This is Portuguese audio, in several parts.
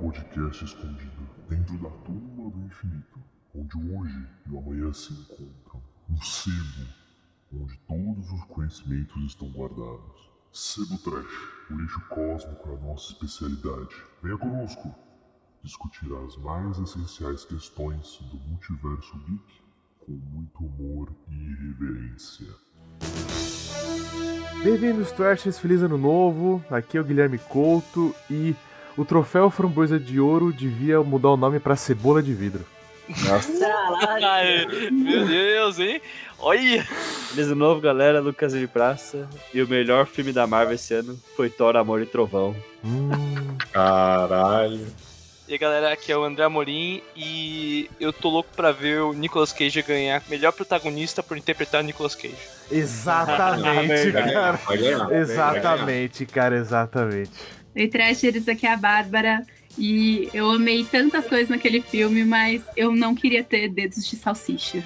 podcast escondido dentro da tumba do infinito, onde o hoje e o amanhã se encontram. Um sebo onde todos os conhecimentos estão guardados. Sebo Trash, o lixo cósmico é a nossa especialidade. Venha conosco discutir as mais essenciais questões do multiverso geek com muito humor e irreverência. Bem-vindos, Trashers, feliz ano novo. Aqui é o Guilherme Couto e o troféu Framboesa de Ouro devia mudar o nome pra Cebola de Vidro. Caralho. Meu Deus, hein? Olha! Feliz ano novo, galera. Lucas de Praça. E o melhor filme da Marvel esse ano foi Thor, Amor e Trovão. Hum, Caralho. E aí, galera, aqui é o André Amorim e eu tô louco pra ver o Nicolas Cage ganhar melhor protagonista por interpretar o Nicolas Cage. exatamente, Vai ganhar, cara. vai ganhar. Exatamente, cara, exatamente. Oi, Trashers, aqui é a Bárbara. E eu amei tantas coisas naquele filme, mas eu não queria ter dedos de salsicha.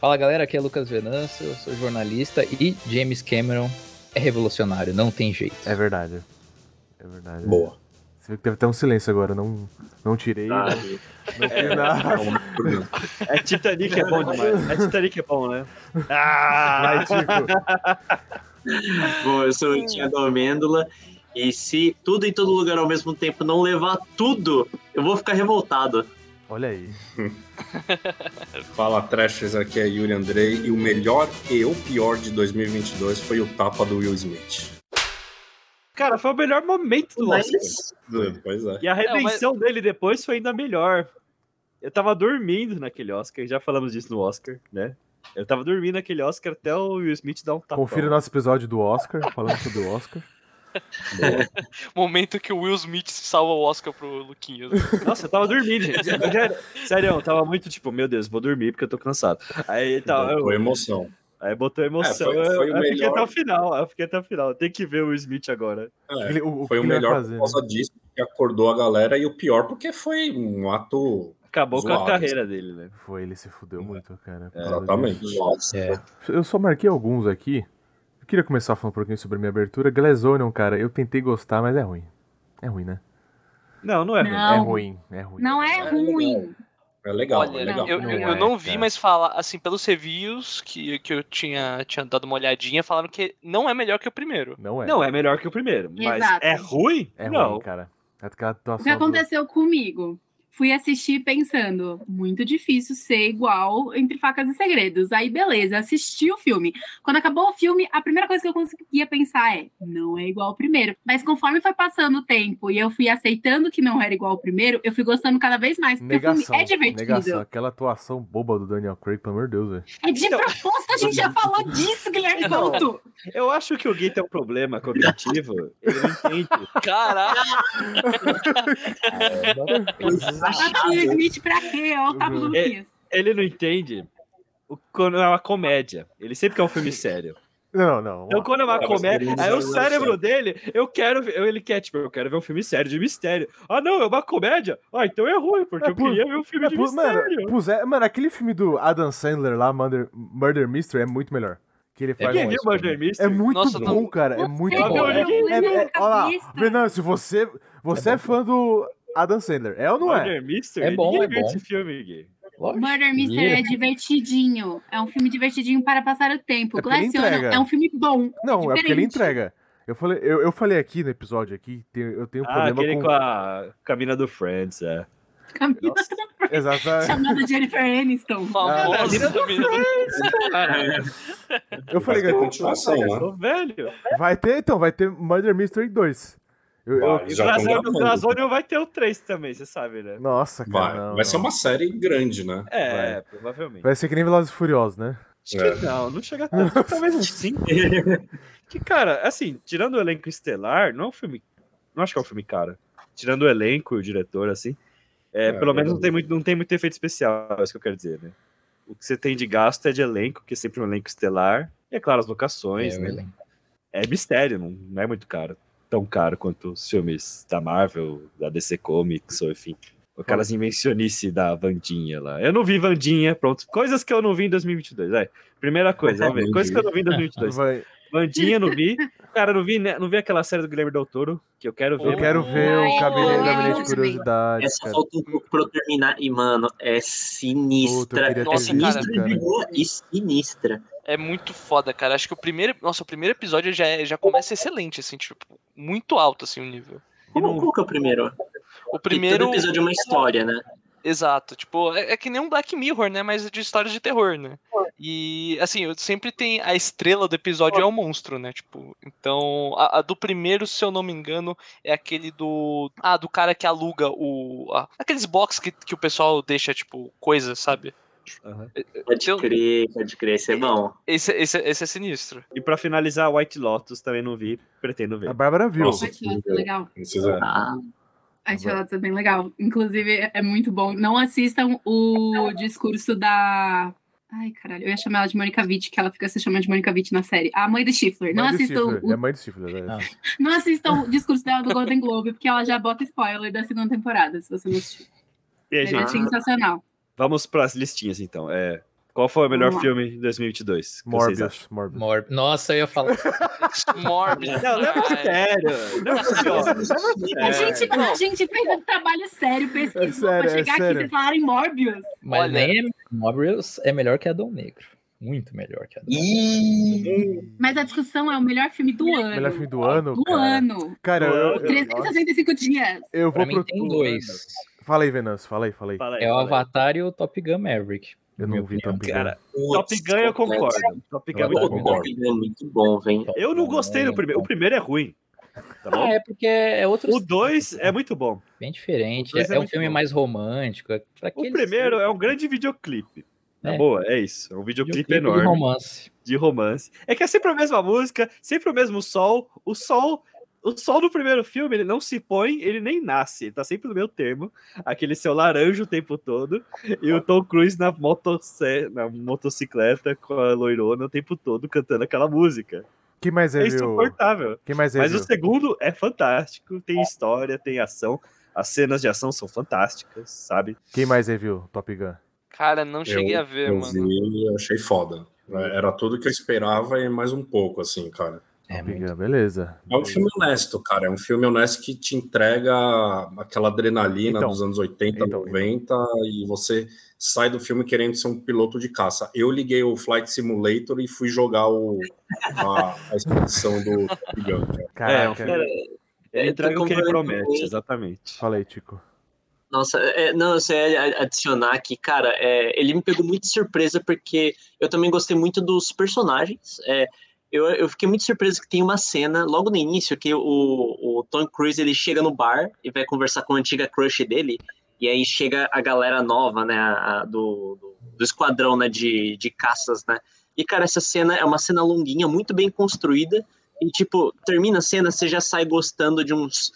Fala galera, aqui é Lucas Venâncio, eu sou jornalista e James Cameron é revolucionário, não tem jeito. É verdade. É verdade. Boa. Você viu que teve até um silêncio agora, não, não tirei. Ah, Tá. não- Não fiz nada. É Titanic, é bom demais. É Titanic, é bom, né? Ai, tipo, Tico. Bom, eu sou o Tinha da Amêndola. E se tudo em todo lugar ao mesmo tempo não levar tudo, eu vou ficar revoltado. Olha aí. Fala Trashers, aqui é Yuri Andrei e o melhor e o pior de 2022 foi o tapa do Will Smith. Cara, foi o melhor momento do Mas Oscar. Pois é. E a redenção dele depois foi ainda melhor. Eu tava dormindo naquele Oscar, já falamos disso no Oscar, né? Eu tava dormindo naquele Oscar até o Will Smith dar um Tá tapa. Confira o nosso episódio do Oscar, falando sobre o Oscar. Boa. Momento que o Will Smith salva o Oscar pro Luquinhas. Nossa, eu tava dormindo, gente. Eu já- Sério, eu tava muito tipo, meu Deus, vou dormir porque eu tô cansado. Aí, tá, Então, eu- Foi emoção. aí botou emoção. É, foi- foi eu, o eu fiquei melhor. até o final, eu fiquei até o final. Tem que ver o Will Smith agora. É, Ele- o- o foi que o ele vai melhor fazer, né? por causa disso, que acordou a galera, e o pior porque foi um ato. Acabou com a Zoado. carreira dele, né? Foi, ele se fudeu muito, cara. por causa Hum. Exatamente. É. Eu só marquei alguns aqui. Eu queria começar falando um pouquinho sobre a minha abertura. Glazonion, cara, eu tentei gostar, mas é ruim. É ruim, né? Não, não é Não. ruim. É ruim, é ruim. Não é É ruim. É legal, é Olha, legal. eu, Não eu- é, eu não vi, cara. mas fala, assim, pelos reviews que, que eu tinha, tinha dado uma olhadinha, falaram que não é melhor que o primeiro. Não é. Não, é melhor que o primeiro. Mas Exato. é ruim? É ruim, não. cara. É aquela O atuação que do- aconteceu comigo? Fui assistir pensando, muito difícil ser igual entre facas e segredos. Aí, beleza, assisti o filme. Quando acabou o filme, a primeira coisa que eu conseguia pensar é: não é igual ao primeiro. Mas conforme foi passando o tempo e eu fui aceitando que não era igual ao primeiro, eu fui gostando cada vez mais. Porque o Negação. filme é divertido. negação. Aquela atuação boba do Daniel Craig, pelo amor de Deus, velho. É de Então- proposta, a gente já falou disso, Guilherme Não. Couto. Eu acho que o Gui tem um problema cognitivo. Ele não entende. Caraca, Tapa do tá Smith pra quê? Olha o tapa do Uhum. Luquinhas. Ele não entende o- quando é uma comédia. Ele sempre quer um filme sério. Não, não. Então, quando é uma Tá, mas comédia. ele Aí o não cérebro dele, eu quero ver. Ele quer, tipo, eu quero ver um filme sério de mistério. Ah, não, é uma comédia? Ah, então é ruim, porque É eu por- queria ver um filme É, de pô, mano, mistério. puser- mano, aquele filme do Adam Sandler lá, Murder, Murder Mystery, é muito melhor. É Que ele faz. Quem viu o Murder É Mystery? muito Nossa, bom, cara. É muito Você bom. tem um É, problema é, na olha lá, cabeça. Venâncio, você, você é, fã do Adam Sandler. É ou não é? Murder Mystery? É bom, Ninguém é viu bom. esse filme, Gui. Murder Mystery é divertidinho. É um filme divertidinho para passar o tempo. É porque ele Glaciano entrega. é um filme bom. Não, é, porque ele diferente. entrega. Eu falei, eu, eu falei aqui no episódio aqui, tem- eu tenho um Ah, aquele problema com... com. a cabina do Friends, é. Camila Nossa. Exatamente. chamada Jennifer Aniston. famosa. Eu falei, Mas vai, tem continuação, Eu né? sou velho. vai ter, então, vai ter Murder Mystery 2. Eu- eu- Vai, E já estão o gravando. Grazonion vai ter o 3 também, você sabe, né? Nossa, cara. Vai, não, vai ser não. uma série grande, né? É, provavelmente. Vai ser que nem Velozes e Furiosos, né? Acho que não, não chega tanto. Talvez uns 5. que, cara, assim, tirando o elenco estelar, não é um filme. Não acho que é um filme cara. Tirando o elenco e o diretor, assim. é, É, pelo menos não verdade. tem, muito, não tem muito efeito especial, é isso que eu quero dizer, né? O que você tem de gasto é de elenco, que é sempre um elenco estelar. E é claro, as locações, É, né? Willen. é mistério, não, não é muito caro. Tão caro quanto os filmes da Marvel, da DC Comics, ou enfim. Aquelas invencionice da Vandinha lá. Eu não vi Vandinha, pronto. Coisas que eu não vi em 2022. vai. Primeira coisa, vamos ver. Coisas que eu não vi em 2022. Vai- Vandinha eu não vi. Cara, não vi, né? não vi aquela série do Guilherme Del Toro, que eu quero ver. Eu quero ver o Ai, cabine- eu gabinete gosto de curiosidades, Essa cara. faltou um pouco pra eu terminar. E, mano, é Puta, eu sinistra. queria ter Nossa, visto, sinistra cara. de boa e sinistra. É muito foda, cara. Acho que o primeiro. Nossa, o primeiro episódio já, é- já começa excelente, assim, tipo, muito alto, assim, o nível. Como, qual que é o primeiro? O Primeiro... primeiro. Todo episódio é uma história, né? Exato, tipo, é, é que nem um Black Mirror, né? Mas de histórias de terror, né? E assim, eu- sempre tem a estrela do episódio é o monstro, né? Tipo, então a, a do primeiro, se eu não me engano, é aquele do ah do cara que aluga o a- aqueles box que, que o pessoal deixa tipo coisa, sabe? Aham. Pode Então- crer, pode crer. Isso é bom. Esse, esse, esse é sinistro. E pra finalizar, White Lotus também não vi, pretendo ver. A Bárbara é viu. Nossa. Acho ela legal. Não precisa. Ah, Acho ela é bem legal. Inclusive, é muito bom. Não assistam o discurso da. Ai, caralho, eu ia chamar ela de Monica Vitti, que ela fica se chamando de Monica Vitti na série. A mãe do Schiffler. Não Mãe do assistam, Stifler. o, É mãe do Stifler, é. Ah. não assistam o discurso dela do Golden Globe, porque ela já bota spoiler da segunda temporada, se você não assistiu. E aí, Mas gente, é sensacional. vamos pras listinhas então. É, qual foi o melhor Vamos lá. filme de 2022? que vocês acham? Morbius, Morbius. Mor- Nossa, eu ia falar. Mórbido. Não, leva a É. cara. sério. Leva a sério. A, gente, a gente fez um trabalho sério, pesquisou É sério, pra é chegar aqui sério. e vocês falarem Morbius. Mas Olha. nem é, Morbius é melhor que Adão Negro. Muito melhor que Adão Negro. Mas a discussão é o melhor filme do ano. Melhor filme do ano? do cara. ano. Cara, eu, eu, 365 dias. eu vou Pra mim pro. tem dois. Fala aí, Venâncio, fala aí, fala aí. Fala aí, É o fala aí. Avatar e o Top Gun Maverick. Eu Minha não vi opinião, Top Gun. Cara, putz, Top Gun eu concordo. Top Gun é Eu Pô, muito O bom. Top Gun é muito bom, velho. Eu não gostei do primeiro. O primeiro é ruim. Tá bom? Então, Ah, é porque é outro. O dois é muito bom. bem diferente. O dois É, é é um muito filme bom. mais romântico. É O pra aqueles- primeiro é um grande videoclipe. Na É. boa, é isso. É um videoclipe, de enorme romance. de romance. É que é sempre a mesma música, sempre o mesmo sol. O sol. O sol no primeiro filme, ele não se põe, ele nem nasce. Ele tá sempre no meu termo. Aquele seu laranja o tempo todo. E o Tom Cruise na, motoce- na motocicleta com a loirona o tempo todo cantando aquela música. Quem mais É é, viu? insuportável. Quem mais é, Mas o viu? segundo é fantástico. Tem história, tem ação. As cenas de ação são fantásticas, sabe? Quem mais é, viu? Top Gun. Cara, não cheguei a ver, Eu mano. vi e achei foda. Era tudo que eu esperava e mais um pouco, assim, cara. É, Top muito. Gun, beleza. É um filme honesto, cara. É um filme honesto que te entrega aquela adrenalina Então, dos anos 80, então, 90 e você sai do filme querendo ser um piloto de caça. Eu liguei o Flight Simulator e fui jogar o, a, a expansão do Top Gun. cara. um Caraca. filme- Ele É, entrega tá tô o que ele completamente- promete, exatamente. Fala aí, Tico. Nossa, é, não, eu só ia a- adicionar aqui, cara, é, ele me pegou muito de surpresa porque eu também gostei muito dos personagens. é, eu, eu fiquei muito surpreso que tem uma cena logo no início que o, o Tom Cruise ele chega no bar e vai conversar com a antiga crush dele. E aí chega a galera nova, né, a- a do, do, do esquadrão, né, de, de caças, né. E, cara, essa cena é uma cena longuinha, muito bem construída. E, tipo, termina a cena, você já sai gostando de uns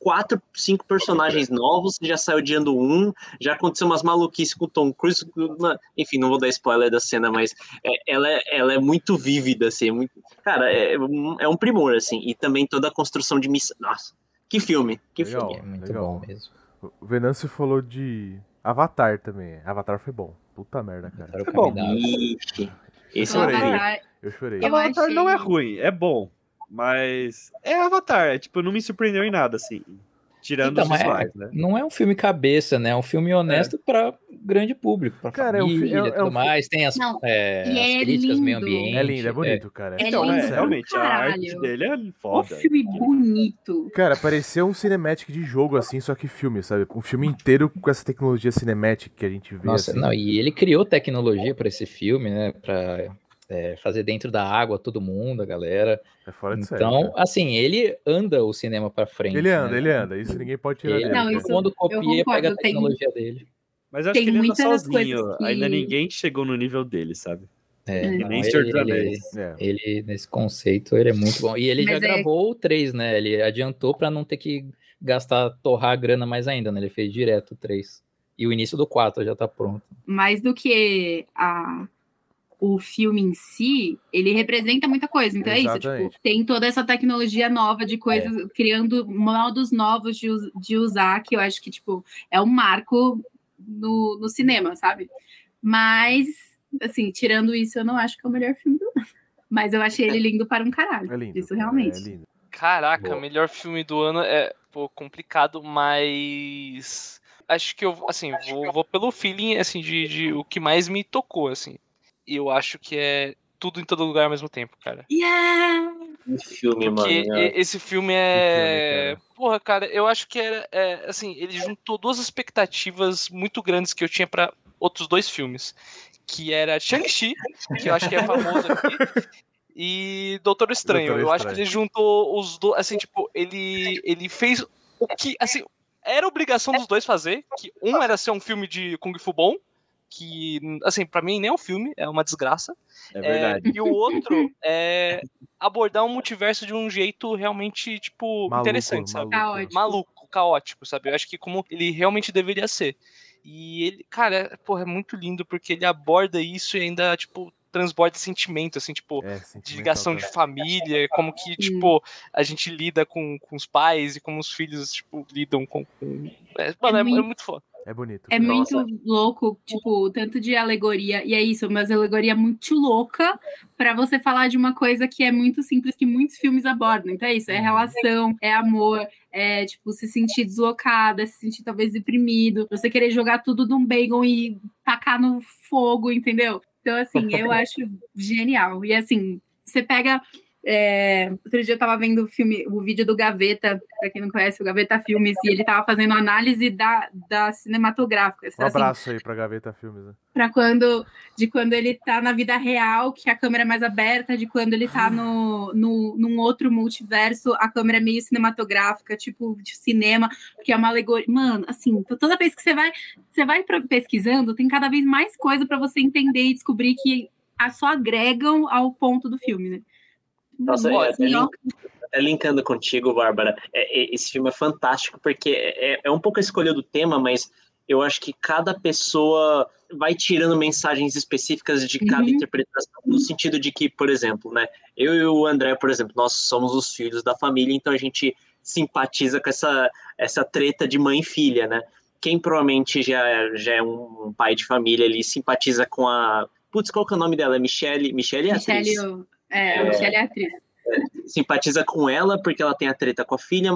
quatro, cinco personagens novos, já saiu de ano um, já aconteceu umas maluquices com o Tom Cruise, com- na- enfim, não vou dar spoiler da cena, mas é, ela, é, ela é muito vívida, assim, é muito- cara, é, um- é um primor, assim, e também toda a construção de missão, nossa, que filme, que Legal. filme. É muito Legal. bom mesmo. O Venâncio falou de Avatar também. Avatar foi bom. Puta merda, cara. Era o Tá bom. caminho da- Ixi, esse Adorei. é um filme. Eu chorei. Eu Avatar não é achei- ruim, é bom. Mas é Avatar, é, tipo, não me surpreendeu em nada, assim. Tirando Então, os mas é- visuais, né? Não é um filme cabeça, né? É um filme honesto pra grande público, pra Cara, é um fi- família é- é e tudo um fi- mais. Tem as, Não, é, e é as críticas meio lindo. ambiente. É lindo, é bonito, cara. É Então, lindo, é, realmente, a caralho. arte dele é Um foda. filme bonito. Cara, parecia um cinematic de jogo, assim, só que filme, sabe? Um filme inteiro com essa tecnologia cinematic que a gente vê. Nossa, assim. não, e ele criou tecnologia pra esse filme, né? Pra é, fazer dentro da água todo mundo, a galera. É fora de série. Então, cara. assim, ele anda o cinema pra frente. Ele anda, né? ele anda. Isso ninguém pode tirar Ele, dele. né? Não, cara. isso- quando copia, pega a concordo, tem- tecnologia dele. Mas eu acho Tem que ele anda muitas das sozinho. coisas que- Ainda ninguém chegou no nível dele, sabe? É, Hum. não, Nem Senhor dos ele- Anéis. É. Ele, nesse conceito, ele é muito bom. E ele já Mas é- gravou o 3, né? Ele adiantou pra não ter que gastar, torrar a grana mais ainda, né? Ele fez direto o 3. E o início do 4 já tá pronto. mais do que a, o filme em si, ele representa muita coisa. Então é isso, Exatamente. É. tipo, tem toda essa tecnologia nova de coisas, criando modos novos de, us- de usar, que eu acho que, tipo, é um marco no, no cinema, sabe? Mas, assim, tirando isso, eu não acho que é o melhor filme do Mas eu achei ele lindo para um caralho. É lindo. Isso realmente. É lindo. Caraca, Boa. melhor filme do ano é pô, complicado, mas acho que eu assim vou, vou pelo feeling assim de, de o que mais me tocou assim. E eu acho que é tudo em todo lugar ao mesmo tempo, cara. Yeah! Esse filme, mano. Porque é- e- esse filme é. Porra, cara, eu acho que era. é, assim, ele juntou duas expectativas muito grandes que eu tinha pra outros dois filmes. Que era Shang-Chi, que eu acho que é famoso aqui. E Doutor Estranho. Doutor eu acho que Estranho. ele juntou os dois. Assim, tipo, ele, ele fez o que. Assim, era obrigação dos dois fazer. Que um era ser um filme de Kung Fu bom. Que, assim, pra mim nem é um filme, é uma desgraça. É É, verdade. e o outro é abordar um multiverso de um jeito realmente, tipo, Maluco, interessante, sabe? maluco. Tá ótimo. Maluco, caótico, sabe? Eu acho que como ele realmente deveria ser. E ele, cara, porra, é muito lindo porque ele aborda isso e ainda, tipo, transborda sentimento, assim, tipo, É, de sentimental ligação de também. família, como que, tipo, a gente lida com, com os pais e como os filhos, tipo, lidam com. com... É, mano, é, é muito- muito foda. É bonito. É Nossa. muito louco, tipo, o tanto de alegoria. E é isso, mas alegoria muito louca pra você falar de uma coisa que é muito simples, que muitos filmes abordam. Então é isso, é relação, é amor, é, tipo, se sentir deslocada, se sentir talvez deprimido, você querer jogar tudo num bagel e tacar no fogo, entendeu? Então, assim, eu acho genial. E assim, você pega. é, outro dia eu tava vendo o filme, o vídeo do Gaveta, pra quem não conhece, o Gaveta Filmes, e ele tava fazendo análise da, da cinematográfica. Um assim, abraço aí pra Gaveta Filmes. Né? pra quando de quando ele tá na vida real, que a câmera é mais aberta, de quando ele tá no, no, num outro multiverso, a câmera é meio cinematográfica, tipo de cinema, porque é uma alegoria. Mano, assim, to- toda vez que você vai, você vai pra- pesquisando, tem cada vez mais coisa pra você entender e descobrir que a- só agregam ao ponto do filme, né? Nossa, Bom, é, assim, é ó, É, linkando contigo, Bárbara, é- é- esse filme é fantástico porque é, é- é um pouco a escolha do tema, mas eu acho que cada pessoa vai tirando mensagens específicas de cada Uhum. interpretação, no sentido de que, por exemplo, né, eu e o André, por exemplo, nós somos os filhos da família, então a gente simpatiza com essa, essa treta de mãe e filha, né? Quem provavelmente já, é- já é um pai de família ali simpatiza com a. Putz, qual que é o nome dela? É Michelle? Michelle é a atriz? Michelle, o- é, a É. Michelle é a atriz. simpatiza com ela porque ela tem a treta com a filha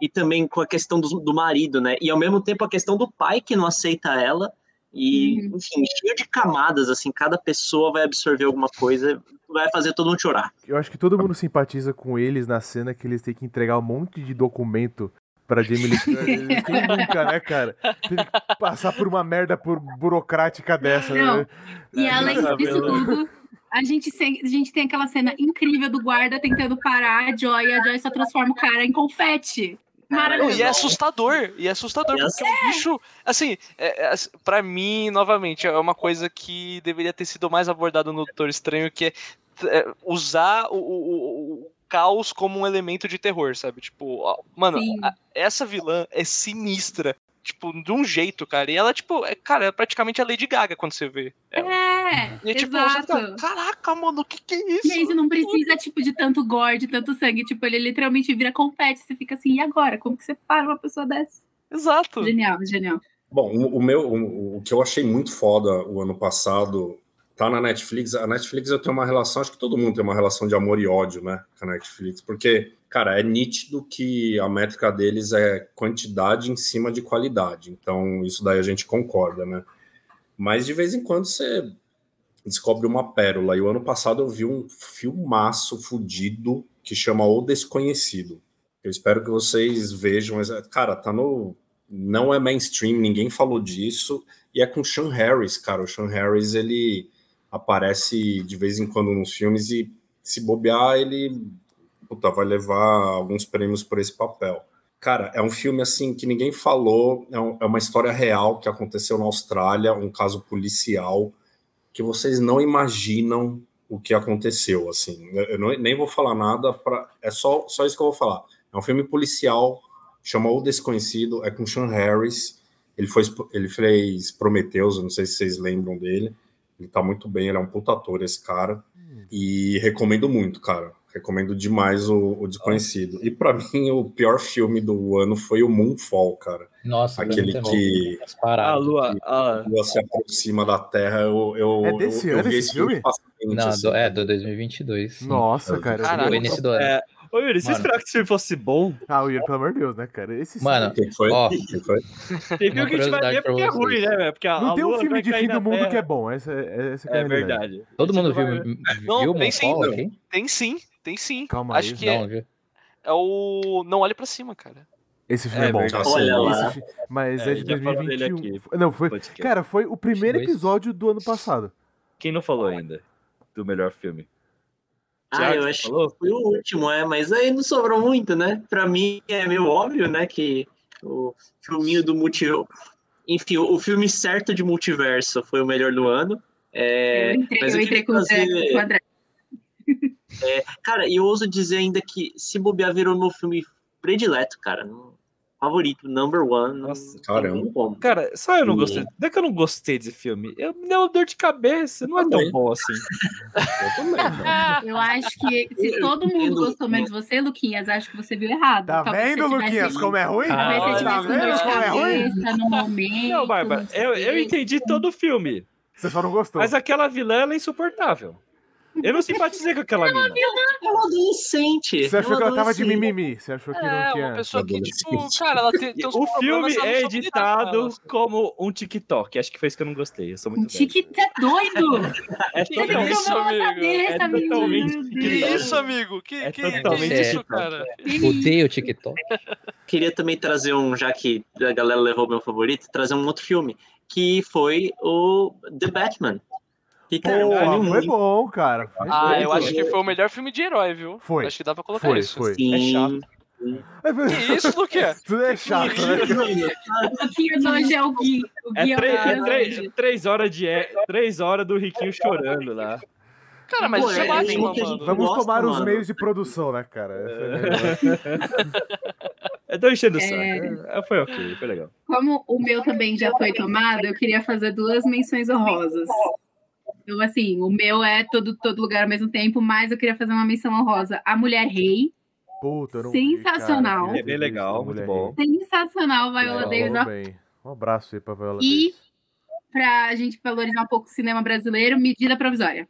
e também com a questão do, do marido, né? E ao mesmo tempo a questão do pai que não aceita ela e, Uhum. enfim, cheio de camadas, assim, cada pessoa vai absorver alguma coisa, vai fazer todo mundo chorar. Eu acho que todo mundo simpatiza com eles na cena que eles têm que entregar um monte de documento pra Jamie Lee Curtis. Quem nunca, né, cara? Teve que passar por uma merda por burocrática dessa, Não. né? E além tá disso vendo? tudo, a gente, se- a gente tem aquela cena incrível do guarda tentando parar a Joy, e a Joy só transforma o cara em confete. Não, Oh, Maravilhoso. e é assustador, e é assustador, Eu porque é um bicho. Assim, é, é, ass- pra mim, novamente, é uma coisa que deveria ter sido mais abordada no Doutor Estranho, que é, t- é, usar o, o- o- o caos como um elemento de terror, sabe? Tipo, ó, mano, Sim. Ah, a- essa vilã é sinistra. Tipo, de um jeito, cara. E ela, tipo, é, cara, é praticamente a Lady Gaga quando você vê. um É, E é tipo, você fica, exato. caraca, mano, o que, que é isso? Gente, não precisa, tipo, de tanto gore, de tanto sangue. Tipo, ele literalmente vira confete. Você fica assim, e agora? Como que você para uma pessoa dessa? Hum. Exato. Genial, genial. Bom, o, o meu, o, o que eu achei muito foda o ano passado tá na Netflix. A Netflix eu tenho uma relação, acho que todo mundo tem uma relação de amor e ódio, né, com a Netflix, porque, cara, é nítido que a métrica deles é quantidade em cima de qualidade. Então, isso daí a gente concorda, né? Mas de vez em quando você descobre uma pérola. E o ano passado eu vi um filmaço fudido que chama O Desconhecido. Eu espero que vocês vejam. mas, Cara, tá no. Não é mainstream, ninguém falou disso. E é com o Sean Harris, cara. O Sean Harris, ele aparece de vez em quando nos filmes e se bobear, ele puta, vai levar alguns prêmios por esse papel. Cara, é um filme assim que ninguém falou, é, um- é uma história real que aconteceu na Austrália, um caso policial que vocês não imaginam o que aconteceu, assim. Eu- Eu não- nem vou falar nada, pra, é só, só isso que eu vou falar. É um filme policial, chama O Desconhecido, é com Sean Harris. Ele, foi, expo- ele fez Prometheus, eu não sei se vocês lembram dele. Ele tá muito bem, ele é um puta ator, esse cara. E recomendo muito, cara. Recomendo demais o, o Desconhecido. E pra mim, o pior filme do ano foi o Moonfall, cara. Nossa, Aquele que- A É, Parado. lua. a- Lua se aproxima da Terra. Eu, eu, É desse eu, eu ano vi esse filme? passado. 2020. Não, assim. do- é, do 2022. sim. Nossa, Cara, cara. Caraca. O início do ano. É, Ô, Yuri, você Mano. esperava que esse filme fosse bom? Ah, Yuri, pelo amor de Deus, né, cara? Esse Mano, Quem foi? Ó. Quem foi? Tem filme que Uma a gente vai curiosidade ver pra porque é vocês. ruim, né, velho? Porque a, não a tem um lua filme vai de cair fim na do mundo Terra. que é bom. Essa, é- essa que é, É a realidade. verdade. é todo mundo vai- viu, né? Não, viu tem sim, Moonfall não. aqui? Tem sim, tem sim. Calma Acho aí. que Não, viu? É o. Não olhe pra cima, cara. Esse filme é, É bom. verdade. Olha lá. Esse fi- Mas é, É, de já falou dele 2021. aqui. Não, foi. Podcast. Cara, foi o primeiro Dois. episódio do ano passado. Quem não falou ainda do melhor filme? Ah, Thiago, eu você acho falou? que foi o último, é, mas aí não sobrou muito, né? Pra mim é meio óbvio, né, que o filminho do multiverso. Enfim, o filme certo de multiverso foi o melhor do ano. É, eu entrei, mas eu eu entrei queria com o Zé fazer- com o André. Cara, e eu ouso dizer ainda que se bobear virou meu filme predileto, cara. Não- Favorito, number one. não- Nossa, não caramba. tem como. Cara, só eu não Hum. gostei. Não é que eu não gostei desse filme. Eu me deu uma dor de cabeça. Não é tão também. bom assim. Eu também, cara. Eu acho que se Eu todo mundo entendo, gostou né? menos você, Luquinhas, acho que você viu errado. Tá Talvez vendo, você tivesse- Luquinhas, como é ruim? Talvez você Ah, tá tivesse com dor vendo tipo assim, de como é ruim? cabeça no momento. Não, Barba, sei. eu, eu entendi todo o filme. Você só não gostou. Mas aquela vilã, ela é insuportável. Eu não simpatizei com aquela mina. É um adolescente. Você achou é um que ela tava de adolescente. mimimi? Você achou que É, não uma tinha. pessoa que, tipo, adolescente. cara, ela tem, tem uns O problemas, filme ela não é sabe lidar com editado elas. como um TikTok. Acho que foi isso que eu não gostei. Eu sou Um muito tique é doido. tá velho. É Que totalmente- isso, amigo? Cabeça, é menino. totalmente Que TikTok. isso, amigo? Que, É que, que totalmente isso, TikTok. cara? Odeio o TikTok. Queria também trazer um, já que a galera levou meu favorito, trazer um outro filme, que foi o The Batman. Que, cara, Pô, pra mim, foi muito- bom, cara. Foi Ah, É bom. eu acho que foi o melhor filme de herói, viu? Foi. Acho que dá pra colocar Foi, isso. foi. Sim. É chato. Que isso, Luque? É, Tudo é chato, né? Luquinhas hoje é o Gui. O É Gui é, três, o é Gui três, três horas de é- três horas do É, Riquinho chorando lá. Cara, mas Pô, isso é é máquina, isso que a gente- mano. Vamos Gosto, tomar os mano. meios de produção, né, cara? Essa é a verdade. É tão enchendo o É. saco. É, Foi ok, foi legal. Como o meu também já foi tomado, eu queria fazer duas menções honrosas. Então, assim, o meu é todo, todo lugar ao mesmo tempo, mas eu queria fazer uma menção honrosa. A Mulher Rei, Puta, eu não vi, Sensacional. cara. Eu queria É bem ter visto legal, a mulher muito bom. sensacional, aí. Viola Falou Davis. ó. bem. Um abraço aí pra Viola E Davis. pra gente valorizar um pouco o cinema brasileiro, medida provisória.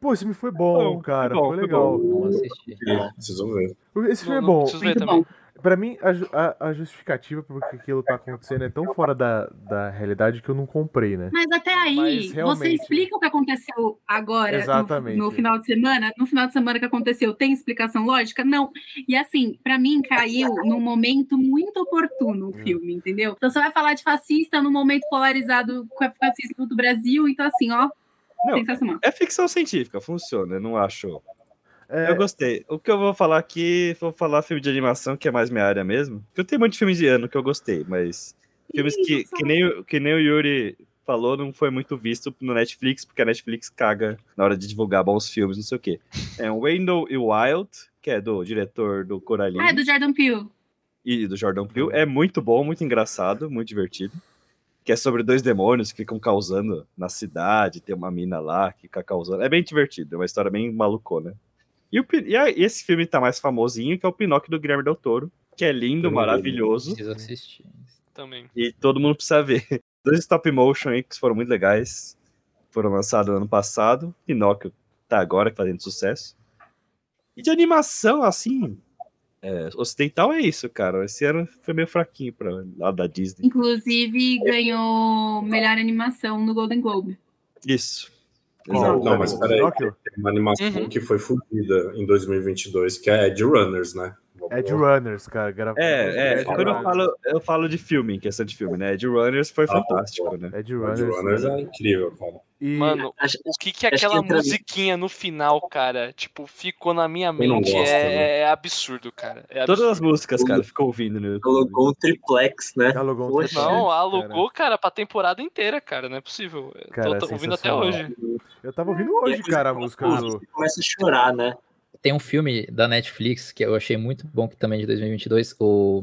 Pô, esse filme foi bom, Bom, cara. foi bom, foi foi legal. Não assisti. Preciso ver. Esse filme Não- é não bom. preciso ver Muito também. bom. Pra mim, a, ju- a- a justificativa por que aquilo tá acontecendo é tão fora da, da realidade que eu não comprei, né? Mas até aí, Mas você realmente- explica o que aconteceu agora, no- Exatamente. No, final de semana. No final de semana que aconteceu, tem explicação lógica? Não. E assim, pra mim, caiu num momento muito oportuno o Hum. filme, entendeu? Então você vai falar de fascista num momento polarizado com o fascismo do Brasil, então assim, ó, Não. sensacional. É ficção científica, funciona, eu não acho. É, Eu gostei. O que eu vou falar aqui, vou falar filme de animação, que é mais minha área mesmo. Porque eu tenho um monte de filmes de ano que eu gostei, mas filmes Ih, que, nossa. que, nem, o- que nem o Yuri falou, não foi muito visto no Netflix, porque a Netflix caga na hora de divulgar bons filmes, não sei o quê. É o Wendell e Wild, que é do diretor do Coraline Ah, é do Jordan Peele. e do Jordan Peele. É muito bom, muito engraçado, muito divertido. Que é sobre dois demônios que ficam causando na cidade. Tem uma mina lá que fica causando. É bem divertido, é uma história bem malucona. E, o, Pin- e a- e esse filme tá mais famosinho, que é o Pinóquio do Guilherme Del Toro, que é lindo, Eu maravilhoso. Preciso assistir. Também. E todo mundo precisa ver. Dois stop motion aí que foram muito legais. Foram lançados ano passado. Pinóquio tá agora fazendo sucesso. E de animação, assim. é, ocidental é isso, cara. Esse ano foi meio fraquinho pra lá da Disney. Inclusive, ganhou melhor animação no Golden Globe. Isso. qual? Exato. Não, mas peraí. Pinóquio? Tem uma animação Uhum. que foi fodida em 2022, que é Ed Runners, né? É de Runners, cara. Grava... É, é. Ed Quando eu Runners. falo, eu falo de filme, em questão de filme, né? De Runners foi Ah, fantástico, né? É de Ed Runners Runners. é incrível, cara. E... Mano, Acho- o que que é acho que aquela entra- musiquinha no final, cara? Tipo, ficou na minha Quem não mente. gosta, é, né? é absurdo, cara. É Todas as absurdo. músicas, cara, ficou ouvindo no YouTube. Colocou um triplex, né? Alugou um Poxa. triplex, Não, cara. alugou, cara, pra temporada inteira, cara. Não é possível. Eu tô- Cara, tô, ouvindo até sensacional. hoje. né? Eu tava ouvindo E hoje, a coisa cara, a que música eu do. Você começa a chorar, né? Tem um filme da Netflix que eu achei muito bom, que também é de 2022, o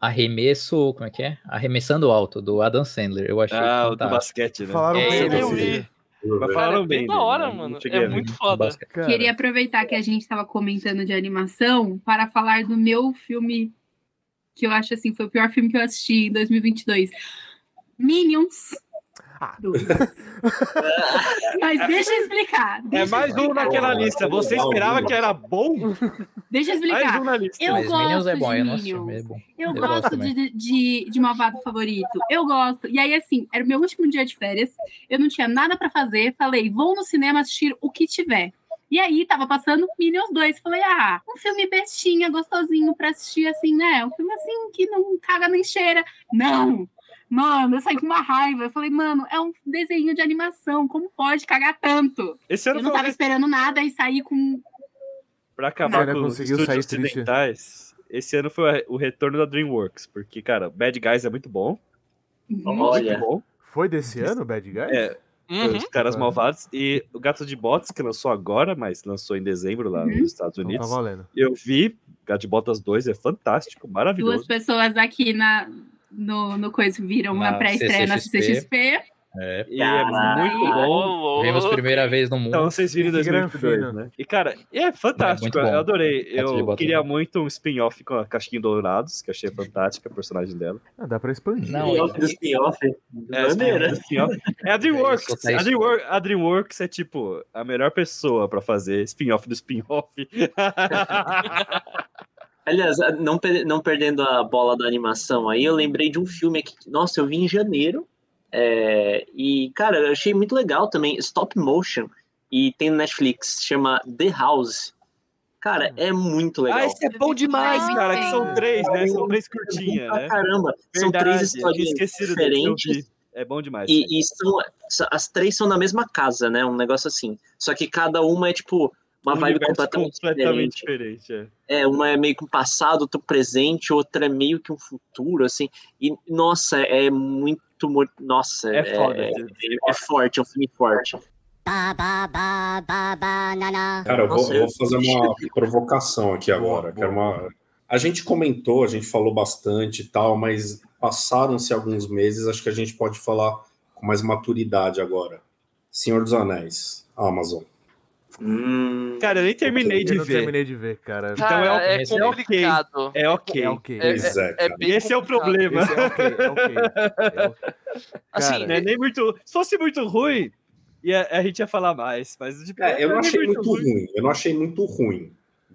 Arremesso, como é que é? Arremessando Alto, do Adam Sandler. Eu achei Ah, o do fantástico. basquete, né? Falaram É, bem eu desse vi. filme. Mas Deixa Cara, falaram é bem bem. da dele, hora, né? Não mano. cheguei a É ver. muito um foda. Basquete. Cara, Queria aproveitar que a gente estava comentando de animação para falar do meu filme, que eu acho assim, foi o pior filme que eu assisti em 2022. Minions. Ah, Duas. Mas deixa eu explicar. É Deixa, mais um naquela lista. Você esperava que era bom? deixa eu Mais explicar. um na lista. Eu Mas Minions gosto é bom, de eu não assisti, Minions. mas é bom. Eu, Eu gosto gosto de, de, de Malvado Favorito. Eu gosto. E aí, assim, era o meu último dia de férias. Eu não tinha nada pra fazer. Falei, vou no cinema assistir o que tiver. E aí, tava passando Minions 2. Falei, ah, um filme bestinha, gostosinho pra assistir, assim, né? Um filme assim que não caga nem cheira. Não! Mano, eu saí com uma raiva. Eu falei, mano, é um desenho de animação. Como pode cagar tanto? Esse Eu ano não foi tava esperando nada e saí com. pra acabar Cara, com os conseguiu estúdios sair triste. ocidentais. Esse ano foi o retorno da DreamWorks, porque, cara, Bad Guys é muito bom. Olha. Muito bom. foi desse ano, Bad tá Guy? É, Uhum. Os Caras Cara. Malvados e o Gato de Botas, que lançou agora, mas lançou em dezembro lá Uhum. nos Estados Então tá Unidos. valendo. Eu vi Gato de Botas 2, é fantástico, Duas maravilhoso. pessoas aqui na, no, no coisa viram na, Na pré-estreia na CCXP. CCXP. É, E é muito bom. Ô, vimos louco. primeira vez no mundo. Então vocês viram em Que gran 2022, fina. né? E cara, é fantástico, É muito bom. eu adorei. Gato de Eu Botas queria é muito um spin-off com a Casquinha Dourados, que achei fantástica a personagem dela. Ah, dá pra expandir. Não, Spin-off do spin-off. É, spin-off, Maneira. spin-off. É a Eu DreamWorks. sou A Thaís. DreamWorks, a DreamWorks é tipo a melhor pessoa pra fazer spin-off do spin-off. Ah, Aliás, a- não, per- não perdendo a bola da animação aí, eu lembrei de um filme aqui. que, Nossa, eu vi em janeiro. é, e, cara, eu achei muito legal também. Stop Motion. E tem no Netflix. Chama The House. Cara, é muito legal. Ah, esse é bom demais, Ah, cara. Que são sim. três, né? São três É bom curtinhas, pra né? caramba. são Verdade, três eu tinha histórias esquecido desse, eu diferentes. vi. É bom demais. E, e são, s- as três são na mesma casa, né? Um negócio assim. Só que cada uma é tipo uma Um vibe universo completamente, completamente diferente. diferente. é. É, uma é meio que um passado, outra um presente, outra é meio que um futuro, assim. E, nossa, é muito. mo- Nossa, É, é, foda. é, assim. é forte, é um filme forte. Ba ba ba ba banana. Cara, eu vou, Nossa, vou eu- fazer uma provocação aqui agora. que era uma- A gente comentou, a gente falou bastante e tal, mas passaram-se alguns meses, acho que a gente pode falar com mais maturidade agora. Senhor dos Anéis, Amazon. Hum, é. Cara, eu nem terminei eu de não ver. terminei de ver, cara. Então é Cara, é, ok. complicado. É ok. É ok. É- Pois é, É cara. bem Esse é o complicado. problema. Esse é ok, é ok. É ok. Assim, Cara, Não é nem muito... Se fosse muito ruim, ia- a gente ia falar mais. Mas tipo, É, eu não não é achei nem muito ruim. Eu não achei muito ruim.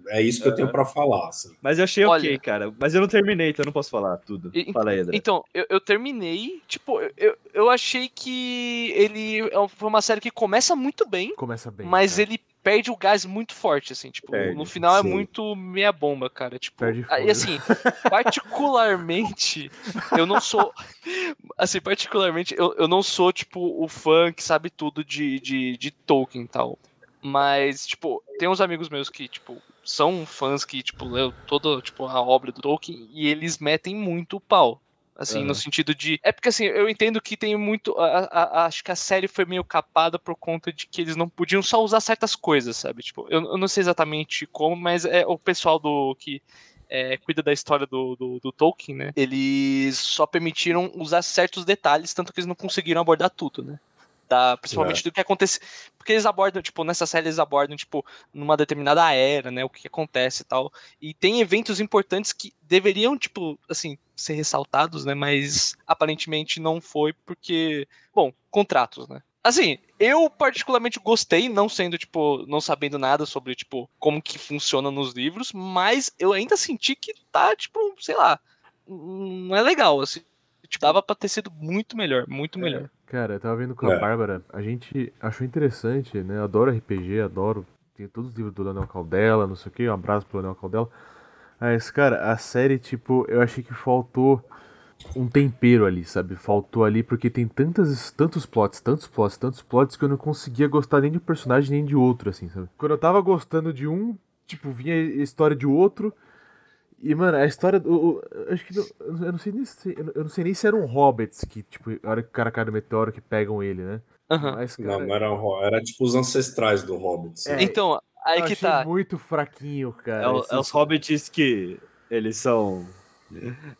É isso que eu tenho pra falar. assim. Mas eu achei ok, Olha. cara. Mas eu não terminei, então eu não posso falar tudo. E- Fala aí, André. Então, eu, eu terminei, tipo, eu- eu, eu achei que ele é um- foi uma série que começa muito bem, Começa bem. mas cara. ele perde o gás muito forte, assim, tipo, Perde, no final sim. é muito meia bomba, cara, tipo, Perde aí, fôlego. assim, particularmente, eu não sou, assim, particularmente, eu, eu não sou, tipo, o fã que sabe tudo de, de, de Tolkien e tal, mas, tipo, tem uns amigos meus que, tipo, são fãs que, tipo, leu toda tipo, a obra do Tolkien e eles metem muito o pau. Assim, Aham. no sentido de. É porque assim, eu entendo que tem muito. a- a- a- acho que a série foi meio capada por conta de que eles não podiam só usar certas coisas, sabe? Tipo, eu, eu não sei exatamente como, mas é o pessoal do que é, cuida da história do, do, do Tolkien, né? Eles só permitiram usar certos detalhes, tanto que eles não conseguiram abordar tudo, né? Da, principalmente do que acontece. Porque eles abordam, tipo, nessa série eles abordam, tipo, numa determinada era, né? O que acontece e tal. E tem eventos importantes que deveriam, tipo, assim, ser ressaltados, né? Mas aparentemente não foi porque, bom, contratos, né? Assim, eu particularmente gostei, não sendo, tipo, não sabendo nada sobre, tipo, como que funciona nos livros, mas eu ainda senti que tá, tipo, sei lá, não é legal, assim. Tipo, dava pra ter sido muito melhor, muito É. melhor. Cara, eu tava vendo com a É. Bárbara, a gente achou interessante, né? Eu adoro RPG, adoro. Tem todos os livros do Leonel Caldela, não sei o que, um abraço pro Leonel Caldela. Mas, cara, a série, tipo, eu achei que faltou um tempero ali, sabe? Faltou ali, porque tem tantas, tantos plots, tantos plots, tantos plots que eu não conseguia gostar nem de um personagem nem de outro, assim, sabe? Quando eu tava gostando de um, tipo, vinha a história de outro. E, mano, a história do. o- eu acho que. não- eu não- eu não sei nem se. Eu não- eu não sei nem se eram hobbits que, tipo, a hora que o cara cai do meteoro que pegam ele, né? Aham. Mas, cara, Não, não era, ro- era tipo os ancestrais do Hobbit. assim. É, Então, eu aí que achei tá. muito fraquinho, cara. É, o- esses- é os hobbits que eles são.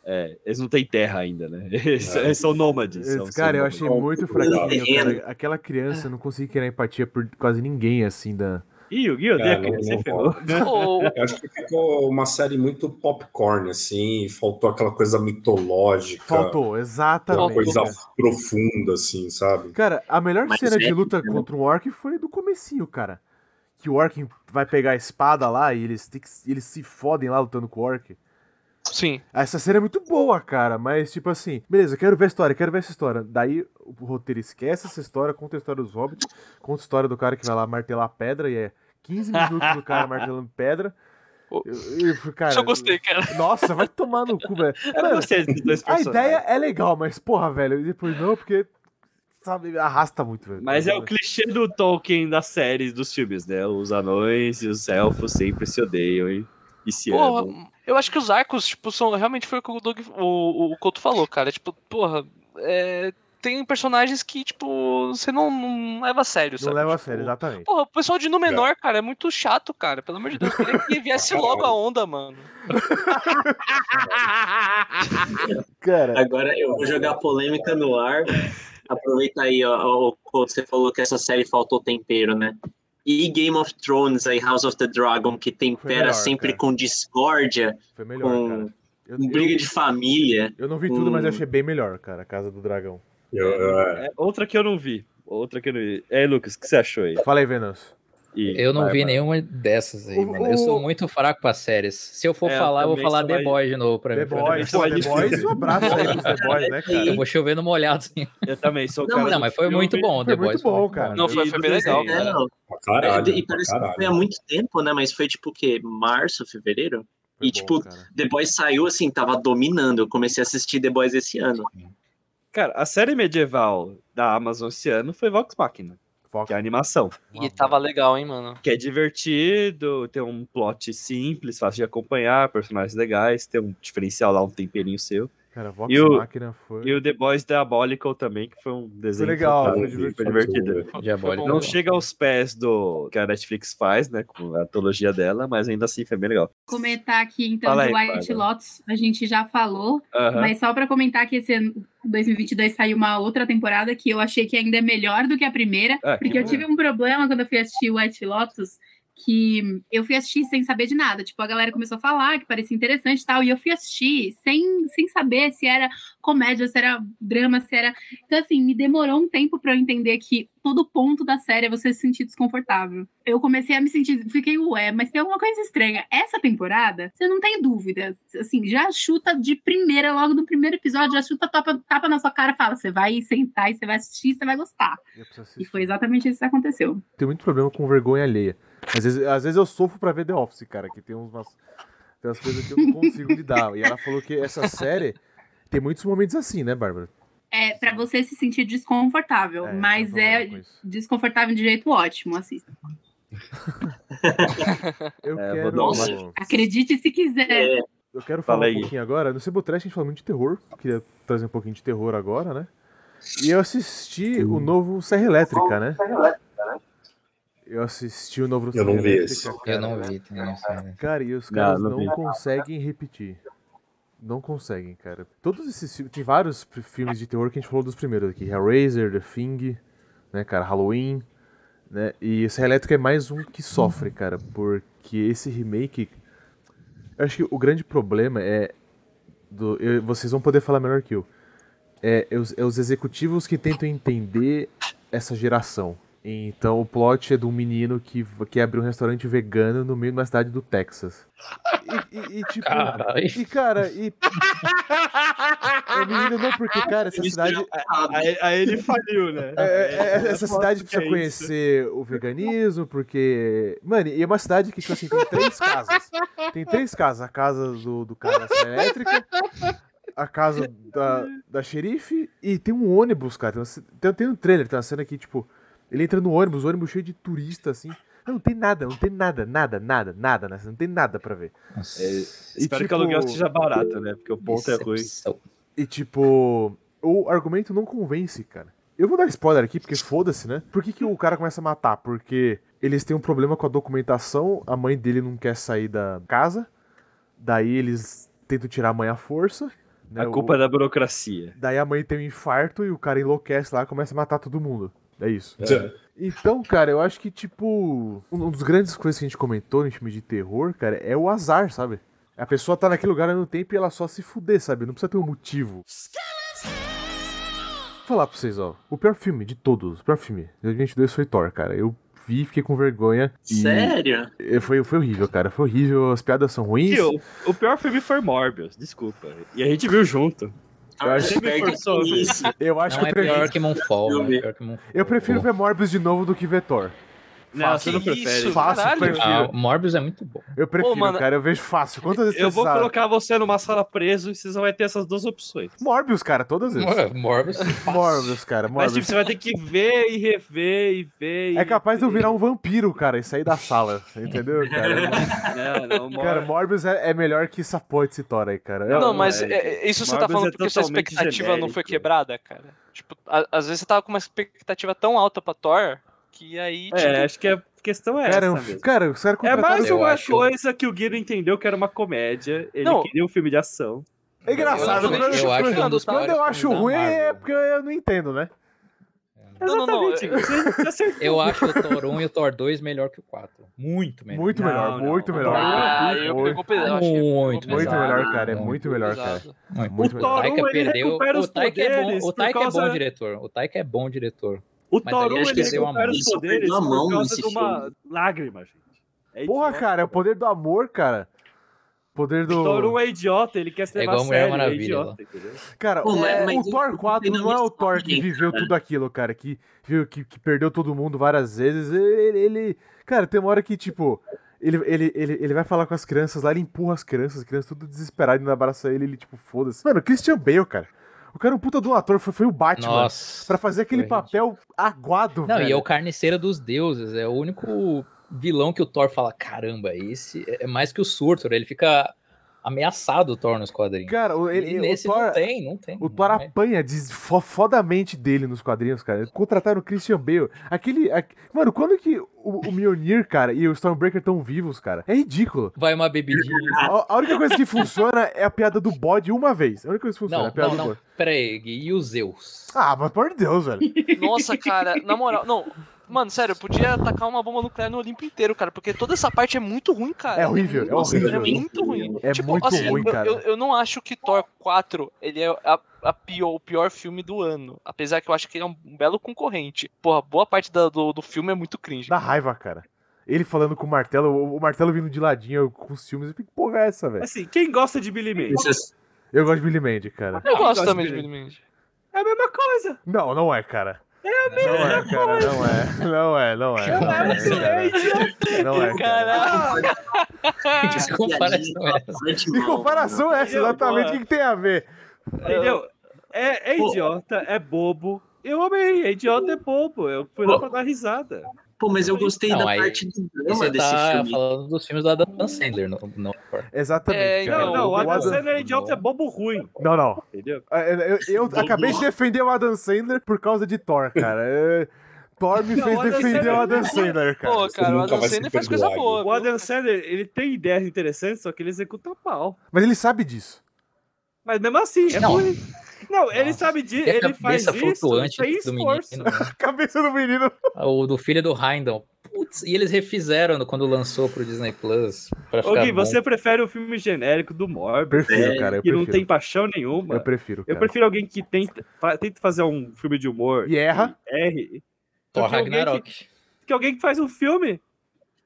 é, eles não têm terra ainda, né? Eles, É. eles são nômades. esses- são- são cara, eu nômades. achei não, muito não, não, fraquinho, não. cara. Aquela criança, eu não consegui criar empatia por quase ninguém, assim, da... Ih, o Gui odeia É, não- criança, não você ferrou. Ou- Eu acho que ficou uma série muito popcorn, assim, faltou aquela coisa mitológica, Faltou, né? uma exatamente. coisa cara. profunda, assim, sabe? Cara, a melhor Mas cena é de que- luta contra um orc foi do comecinho, cara. Que o orc vai pegar a espada lá e eles, têm que- eles se fodem lá lutando com o orc. Sim. Essa cena é muito boa, cara, mas tipo assim, beleza, quero ver a história, quero ver essa história. Daí o roteiro esquece essa história, conta a história dos hobbits, conta a história do cara que vai lá martelar pedra e é 15 minutos do cara martelando pedra. Oh. Eu, eu fui, cara, Só gostei, cara. Nossa, vai tomar no cu, velho. Eu Mano, gostei desses dois a personagens. ideia é legal, mas porra, velho, e depois não, porque sabe, arrasta muito, velho. Mas é o clichê do Tolkien das séries, dos filmes, né? Os anões e os elfos sempre se odeiam e, e se Porra, amam. eu acho que os arcos, tipo, são. Realmente foi o que o, Doug, o, o Couto falou, cara. Tipo, porra. é, tem personagens que, tipo, você não, não leva a sério, Não sabe? leva a Tipo, sério, exatamente. Porra, o pessoal de Númenor, cara, é muito chato, cara. Pelo amor de Deus, queria que viesse logo a onda, mano. Cara, Agora eu vou jogar a polêmica no ar. Aproveita aí, ó, ó, o Couto, você falou que essa série faltou tempero, né? E Game of Thrones, aí House of the Dragon, que Foi tempera melhor, sempre cara. com discórdia, foi melhor, com- cara. Eu, com briga eu- de família. eu não vi tudo, mas eu Hum. achei bem melhor, cara, a Casa do Dragão. Eu, eu- é, É, outra que eu não vi. Outra que eu não vi. É, Lucas, o que você achou aí? Fala aí, Venâncio. Ih, Eu não vai, vi vai. nenhuma dessas aí, O- mano. Eu o- sou muito fraco pra séries. Se eu for É, eu falar, eu vou também falar sou The mais- Boys de novo pra The mim. pra mim. Boys, pô, The Boys, um abraço aí pros The Boys, né, Eu cara? vou chover no molhado, assim. Eu também sou o Não, cara Não, do mas foi filme. muito Foi bom, The muito Boys. foi bom, muito cara. Não, foi, E foi do bem legal, desenho, né? cara. É, não, pra caralho, e pra parece que foi há caralho. muito tempo, né? Mas foi tipo o quê? Março, fevereiro? Foi e, bom, tipo, cara. The Boys saiu assim, tava dominando. Eu comecei a assistir The Boys esse ano. Cara, a série medieval da Amazon esse ano foi Vox Machina, Fox, que é a animação. E tava legal, hein, mano. Que é divertido, tem um plot simples, fácil de acompanhar, personagens legais, tem um diferencial lá, um temperinho seu. Cara, Vox E o- Machina foi... E o The Boys Diabolical também, que foi um desenho legal, fantástico, foi foi divertido. divertido. bom. Diabólico. Não Não chega aos pés do que a Netflix faz, né? Com a antologia dela, mas ainda assim foi bem legal. Comentar aqui, então, Fala de aí, White Bárbara. Lotus, a gente já falou. Aham. Mas só pra comentar que esse ano, 2022 saiu uma outra temporada que eu achei que ainda é melhor do que a primeira, Ah, que porque eu bom. tive um problema quando eu fui assistir White Lotus, que eu fui assistir sem saber de nada. Tipo, a galera começou a falar que parecia interessante e tal, e eu fui assistir sem, sem saber se era comédia, se era drama, se era. Então, assim, me demorou um tempo pra eu entender que todo ponto da série é você se sentir desconfortável. Eu comecei a me sentir, fiquei, ué, mas tem alguma coisa estranha. Essa temporada, você não tem dúvida. Assim, já chuta de primeira, logo no primeiro episódio, já chuta tapa, tapa na sua cara e fala: você vai sentar e você vai assistir, você vai gostar. Eu preciso assistir. E foi exatamente isso que aconteceu. Tenho muito problema com vergonha alheia. Às vezes, às vezes eu sofro pra ver The Office, cara, que tem umas, tem umas coisas que eu não consigo lidar. E ela falou que essa série tem muitos momentos assim, né, Bárbara? É pra você se sentir desconfortável, É, mas tem um problema é com isso. desconfortável de jeito ótimo, assim. assista. Eu É, quero. vou dar Acredite se quiser. É, Eu quero Fala falar aí. um pouquinho agora. No Cibotrash a gente fala muito de terror. Queria trazer um pouquinho de terror agora, né? E eu assisti o novo Serra Elétrica, né? Eu assisti o novo Eu não vi Elétrica, esse. Eu cara. não vi também. não sei, né? Cara, e os caras não não, vi. conseguem repetir. Não conseguem, cara. Todos esses filmes. Tem vários pri- filmes de terror que a gente falou dos primeiros aqui. Hellraiser, The Thing, né, cara? Halloween. Né? E esse Elétrica é mais um que sofre, cara. Porque esse remake. Eu acho que o grande problema é. do- eu- vocês vão poder falar melhor que eu. É, é os, é os executivos que tentam entender essa geração. Então o plot é de um menino que, que abriu um restaurante vegano no meio de uma cidade do Texas. E, e- e, tipo. Caralho. E, cara, e. o menino não, porque, cara, essa cidade. Aí, aí ele faliu, né? é- é- é- essa Eu posso cidade que precisa é isso. conhecer o veganismo, porque. Mano, e é uma cidade que, tipo assim, tem três casas. Tem três casas. A casa do, do cara da serra elétrica, a casa da, da xerife e tem um ônibus, cara. Tem, uma ce- tem, tem um trailer, tem uma cena que, tipo, ele entra no ônibus, o ônibus cheio de turista, assim. Não, não tem nada, não tem nada, nada, nada, nada, né? Não tem nada pra ver. Nossa. Espero E, que o aluguel tipo, seja barato, né? Porque o ponto é ruim. Decepção. E tipo, o argumento não convence, cara. Eu vou dar spoiler aqui, porque foda-se, né? Por que, que o cara começa a matar? Porque eles têm um problema com a documentação, a mãe dele não quer sair da casa, daí eles tentam tirar a mãe à força. Né? A O- culpa é da burocracia. Daí a mãe tem um infarto e o cara enlouquece lá e começa a matar todo mundo. né? É isso. Cê- Então, cara, eu acho que, tipo, um um dos grandes coisas que a gente comentou no filme de terror, cara, é o azar, sabe? A pessoa tá naquele lugar há um tempo e ela só se fuder, sabe? Não precisa ter um motivo. Vou falar pra vocês, ó. O pior filme de todos, o pior filme de 2022 foi Thor, cara. Eu vi, fiquei com vergonha. e- Sério? e Foi, foi horrível, cara. Foi horrível, as piadas são ruins. Tio, o pior filme foi Morbius, desculpa. E a gente viu junto. Eu acho Você que- é perde forçou, com isso. Eu acho Não que é eu, prefiro, pior que Moonfall, Filme. é pior que Moonfall. eu prefiro ver Morbius de novo do que ver Thor. Não, você Que não prefere. isso, Fácil, caralho. prefiro. Ah, Morbius é muito bom. Eu prefiro, mano, cara. Eu vejo fácil. Quantas vezes Eu vou precisar? colocar você numa sala preso e vocês vão ter essas duas opções. Morbius, cara, todas as vezes. Mor- Morbius. Morbius, cara, Mas Morbius. tipo, você vai ter que ver e rever e ver. É e capaz de eu ver. virar um vampiro, cara, e sair da sala, entendeu, cara? Não, não, Mor- cara, Morbius é, é melhor que essa porra desse Thor aí, cara. Eu- Não, mas é, é- é- isso você tá Marvel falando é porque sua totalmente expectativa não foi genérico. quebrada, cara. Tipo, a- às vezes você tava com uma expectativa tão alta pra Thor que aí. É, tipo, acho que a questão é Cara, essa um, mesmo. cara, os caras É contrataram... mais Eu uma acho- coisa que o Gui não entendeu que era uma comédia. Ele Não. queria um filme de ação. É engraçado, Eu quando acho- eu, eu acho quando um dos quando eu piores acho filmes da ruim Marvel. é porque eu não entendo, né? Não, não, não, Exatamente, Gui, você- você acertou. Eu acho o Thor 1 e o Thor 2 melhor que o 4. Muito melhor. Muito Não, melhor, não. muito melhor. Ah, eu muito, pegou pesado. eu achei que Muito pegou muito pesado. melhor, cara, é Muito muito melhor, cara. Pesado. O Muito melhor. O Thor Taika 1 ele perdeu. recupera O os Taika é bom, poderes. o por Taika é causa- bom diretor. O Taika é bom diretor. O Mas Thor ali 1 acho que ele deu a recupera mão. os poderes Isso, perdeu a por mão causa de nesse uma filme. lágrima, gente. É Porra, idiota. cara, é o poder do amor, cara. Poder do... Thor 1 é idiota, ele quer se É levar igual a a Mulher sério, ele é Maravilha, lá. idiota, entendeu? Cara, Pô, o- mas- mas o Thor 4 tem na não é minha o Thor história, que viveu cara. tudo aquilo, cara, que viu que, que perdeu todo mundo várias vezes. Ele, ele- cara, tem uma hora que tipo ele, ele, ele, ele vai falar com as crianças lá, ele empurra as crianças, as crianças tudo desesperadas, ainda abraça ele, ele tipo, foda-se. Mano, Christian Bale, cara. O cara é um puta de um ator, foi, foi o Batman. Nossa. Pra fazer aquele Foi papel aguado, Não, velho. e é o Carniceiro dos Deuses. É o único vilão que o Thor fala: caramba, esse é é mais que o Surtur. Ele fica ameaçado o Thor nos quadrinhos. Cara, o, ele, e o nesse Thor, não tem, não tem. O Thor não é. apanha diz, fo- fodamente dele nos quadrinhos, cara. Contrataram o Christian Bale. Aquele. a- Mano, quando que o, o Mjolnir, cara, e o Stormbreaker estão vivos, cara? É ridículo. Vai uma bebidinha. A, a única coisa que funciona é a piada do bode uma vez. A única coisa que funciona é Não, a piada não, do não. bode. Pera aí, Gui. E o Zeus? Ah, mas pelo amor de Deus, velho. Nossa, cara, na moral, não. Mano, sério, eu podia atacar uma bomba nuclear no Olimpo inteiro, cara, porque toda essa parte é muito ruim, cara. É horrível, é Nossa, horrível. É muito ruim. É tipo, muito assim, ruim, assim, eu- cara. Eu, eu não acho que Thor 4 ele é a, a pior, o pior filme do ano. Apesar que eu acho que ele é um belo concorrente. Porra, boa parte da- do, do filme é muito cringe. Dá raiva, cara. Ele falando com o martelo, o, o martelo vindo de ladinho eu com os filmes. Eu fico, que porra é essa, velho? Assim, quem gosta de Billy May? Vocês- Eu gosto de Billy Mandy, cara. Eu Ah, gosto eu também de gosto Billy Mandy. É a mesma coisa. Não, não é, cara. Não é, cara, não é. Não é, não é. Não é, cara. Não é, cara. Caralho! Que Ah, comparação é essa? Bastante Que mal, comparação é essa, Eu, exatamente? O boa. que, que tem a ver? Entendeu? É, é Pô. idiota, é bobo. Eu amei, é idiota, é bobo. Eu fui lá pra dar risada. Pô, mas eu gostei Não, da aí- parte do drama Você desse tá filme. falando dos filmes do Adam Sandler, não, não do Thor. Exatamente, É, cara. Não, não, o O Adam um Adam- Sandler é idiota, é bobo ruim, Não, não. entendeu? Eu, eu- eu Bobo. acabei de defender o Adam Sandler por causa de Thor, cara. É, Thor me Não, é fez o Adam defender Sandler- o Adam Sandler, cara. Pô, cara, o nunca Adam vai se Sandler faz coisa perdoar, boa. O viu? Adam Sandler, ele tem ideias interessantes, só que ele executa mal. Mas ele sabe disso. Mas mesmo assim, é Não. ruim. Não, ele Nossa. sabe disso, E a ele faz cabeça isso flutuante sem do menino. né? esforço. A cabeça do menino. O do filho do Heindel. Putz, e eles refizeram no- quando lançou pro Disney Plus. Pra Ô, ficar Gui, bom. você prefere o filme genérico do Morbius, Prefiro, cara. Eu É, que não prefiro. tem paixão nenhuma. Eu prefiro, Eu cara. prefiro alguém que tenta, fa- tenta fazer um filme de humor E erra. R Thor Porque alguém Ragnarok. que alguém que faz um filme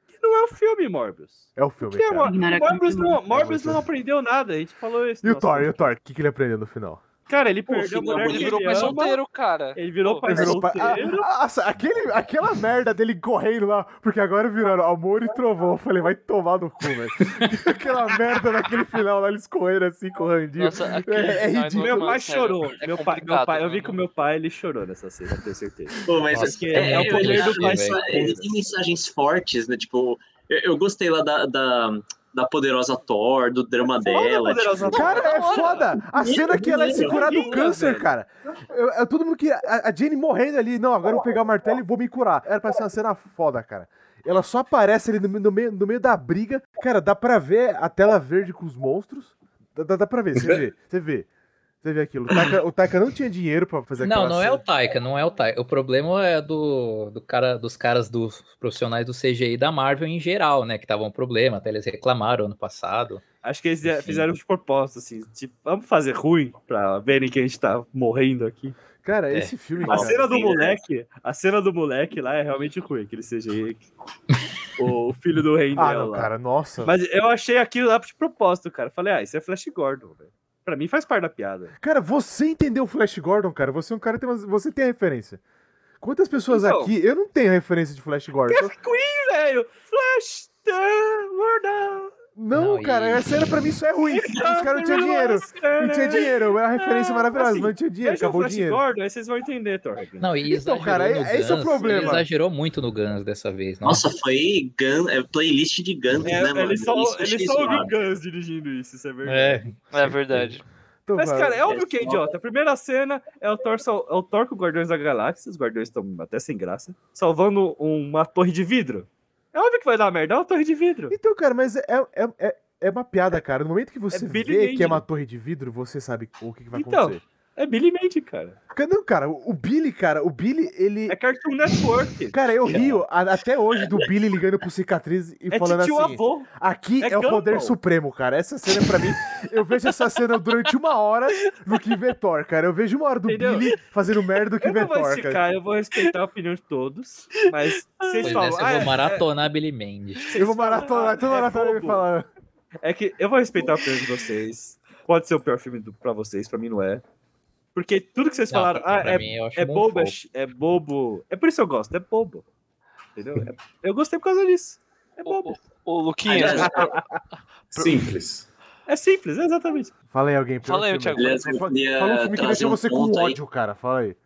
que não é um filme, Morbius. É o filme, Que é Mor- cara. Ignora Morbius que- não, Morbius não aprendeu nada, a gente falou isso. É E o nosso- Thor, e o Thor? O que, que ele aprendeu no final? Cara, ele Pô, perdeu a filho, mulher Ele que virou ele pai ama, solteiro, cara. é Ele virou Pô, pai ele Virou pa- solteiro. Ah, nossa, aquele, aquela merda dele correndo lá, porque agora viraram amor e trovão. Eu falei, vai tomar no cu, velho. aquela merda naquele final lá, eles correndo assim com o Randinho. Nossa, aquele É- é final ridículo. Meu pai sério, chorou. é meu pai, meu complicado, pai, eu vi mano. que o meu pai ele chorou nessa cena, eu tenho certeza. Pô, mas Nossa, um é, é é, o eu poder acho do que pai isso- solteiro. Ele tem mensagens fortes, né? Tipo, eu, eu gostei lá da, da, da poderosa Thor, do drama é dela. Poderosa tipo, Thor. Cara, é Não, olha. foda! A cena que ela é né? se curar do Imagina, câncer, velho. cara. Eu, eu- todo mundo que. A, a Jenny morrendo ali. Não, agora eu vou pegar o martelo e vou me curar. Era pra ser uma cena foda, cara. Ela só aparece ali no, me- no meio, no meio da briga. Cara, dá pra ver a tela verde com os monstros. Dá, dá, dá pra ver, você vê. Você vê. Você teve aquilo. O Taika, o Taika não tinha dinheiro pra fazer Não, aquela não é o cena. Taika, não é o Taika. O problema é do, do cara, dos caras dos profissionais do CGI da Marvel em geral, né? Que tava um problema, até eles reclamaram ano passado. Acho que eles Sim. fizeram de propósito, assim. Tipo, vamos fazer ruim pra verem que a gente tá morrendo aqui. Cara, É. esse filme. A Cara, cena do sim, né? moleque, a cena do moleque lá é realmente ruim, aquele CGI. que- o filho do rei Ah, dela não, lá. cara, nossa. Mas eu achei aquilo lá de propósito, cara. Falei, ah, isso é Flash Gordon, velho. Pra mim faz parte da piada. Cara, você entendeu o Flash Gordon, cara. Você é um cara que tem umas- você tem a referência. Quantas pessoas Então. aqui. Eu não tenho a referência de Flash Gordon. Eu fico ruim, velho. Flash the Gordon. Não, Não, cara, e- a cena pra mim isso é ruim. Os caras não tinham dinheiro. Não tinha dinheiro, é uma referência Então, né? Ah, maravilhosa. assim, não tinha dinheiro, Veja o acabou o Flash dinheiro. Gordon, aí vocês vão entender, Thor. Não, e Então, exagerou cara, no é- esse é o Guns, problema. Ele exagerou muito no Guns dessa vez. Nossa, foi Gun, é playlist de Guns, É, né, mano? ele só, Isso eu ele achei só ouviu zoado. Guns dirigindo isso, isso é verdade. É, É verdade. Então, Mas, vai. cara, é óbvio que é idiota. A primeira cena é o Thor, sal- é o Thor com os Guardiões da Galáxia, os Guardiões estão até sem graça, salvando uma torre de vidro. É óbvio que vai dar merda, é uma torre de vidro. Então, cara, mas é, é, é, é uma piada, cara. No momento que você É vê Billy que é Mandy. uma torre de vidro, você sabe o que, que vai Então. acontecer. É Billy Mandy, cara. Cara, Não, cara, o o Billy, cara, o Billy, ele. É Cartoon Network. Cara, eu rio a- até hoje do Billy ligando pro cicatriz e É falando tio assim. avô. Aqui é, É o poder Gumball. supremo, cara. Essa cena pra mim, eu vejo essa cena durante uma hora no que Vetor, cara. Eu vejo uma hora do Entendeu? Billy fazendo merda do que Eu não vou Vetor, cara. esticar, eu vou respeitar a opinião de todos. Mas vocês Pois falam. essa "Ah, eu é- vou maratonar Billy Mandy. Eu vou falam, maratonar, toda "Ah, é maratona ele bobo". falando. É que eu vou respeitar a opinião de vocês. Pode ser o pior filme do, pra vocês, pra mim não é. Porque tudo que vocês Não, falaram, ah, pra é mim, eu acho um É bom bobo, é, foco. chi- é bobo. É por isso que eu gosto, é bobo. Entendeu? É- eu gostei por causa disso. É Ô, bobo. ô, ô, Luquinhas, Aliás, Simples. É simples, é exatamente. Fala aí alguém, pior Fala aí, filme. Thiago. Aliás, eu Fala queria fala um filme que trazer deixou um você com ponto aí. ódio, cara. Fala aí.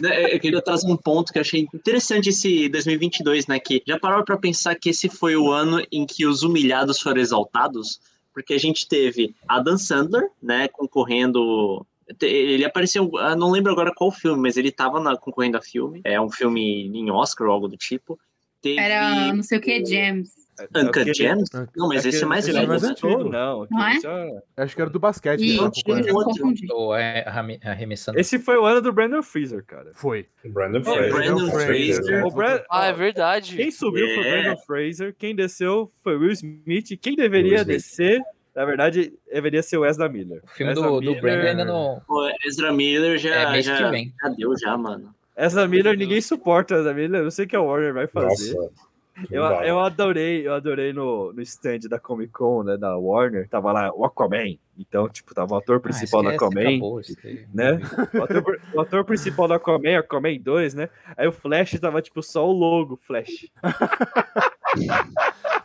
Né, Eu queria trazer um ponto que eu achei interessante esse 2022, né? Que já parou pra pensar que esse foi o ano em que os humilhados foram exaltados? Porque a gente teve Adam Sandler, né? Concorrendo. te- Ele apareceu, ah, não lembro agora qual filme, mas ele tava na- concorrendo a filme. É um filme em Oscar ou algo do tipo. Teve Era não sei o que, James. Uncut É É Aquele- Gems? Uncut- Não, mas esse é mais esse é velho. mais né? antigo. Não, aquele Não é? já- Acho que era do basquete. que E tava É, não eu tinha concorrendo. outro. confundi. Ou é arreme- arremessando. Esse foi o ano do Brandon Freezer, cara. Foi. Brandon Fraser. Fraser. É, Brandon Fraser. O Bra- Ah, é verdade. Quem subiu foi o É. Brandon Fraser, quem desceu foi Will Smith, quem deveria Will Smith. descer, na verdade, deveria ser o Ezra Miller. O filme Ezra do, do Miller- Brandon né? ainda não. O Ezra Miller é já, mês que já, vem. já deu, já, mano. Ezra Miller, ninguém suporta o Ezra Miller, eu não sei o que a Warner vai fazer. Nossa. Eu, eu adorei, eu adorei no, no stand da Comic Con, né, da Warner, tava lá o Aquaman, então, tipo, tava o ator principal ah, da esquece, Aquaman, acabou isso daí. né, o ator, pri- o ator principal da Aquaman, Aquaman 2, né, aí o Flash tava, tipo, só o logo, Flash.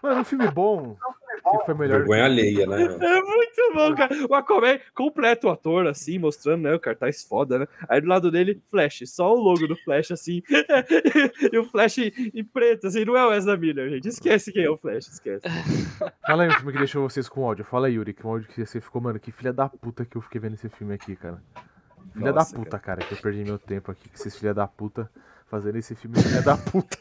Mano, um filme bom que foi melhor. Vergonha alheia, né? É muito bom, cara, o Aquaman completo o ator, assim, mostrando, né, o cartaz foda, né, aí do lado dele, Flash, só o logo do Flash, assim, e o Flash em preto, assim, não é o Ezra Miller, gente, esquece quem é o Flash, esquece. Fala aí um filme que deixou vocês com ódio. Fala aí, Yuri, que ódio que você ficou, mano. Que filha da puta que eu fiquei vendo esse filme aqui, cara. Filha Nossa, da puta, cara. que eu perdi meu tempo aqui com esses filha da puta fazendo esse filme filha da puta.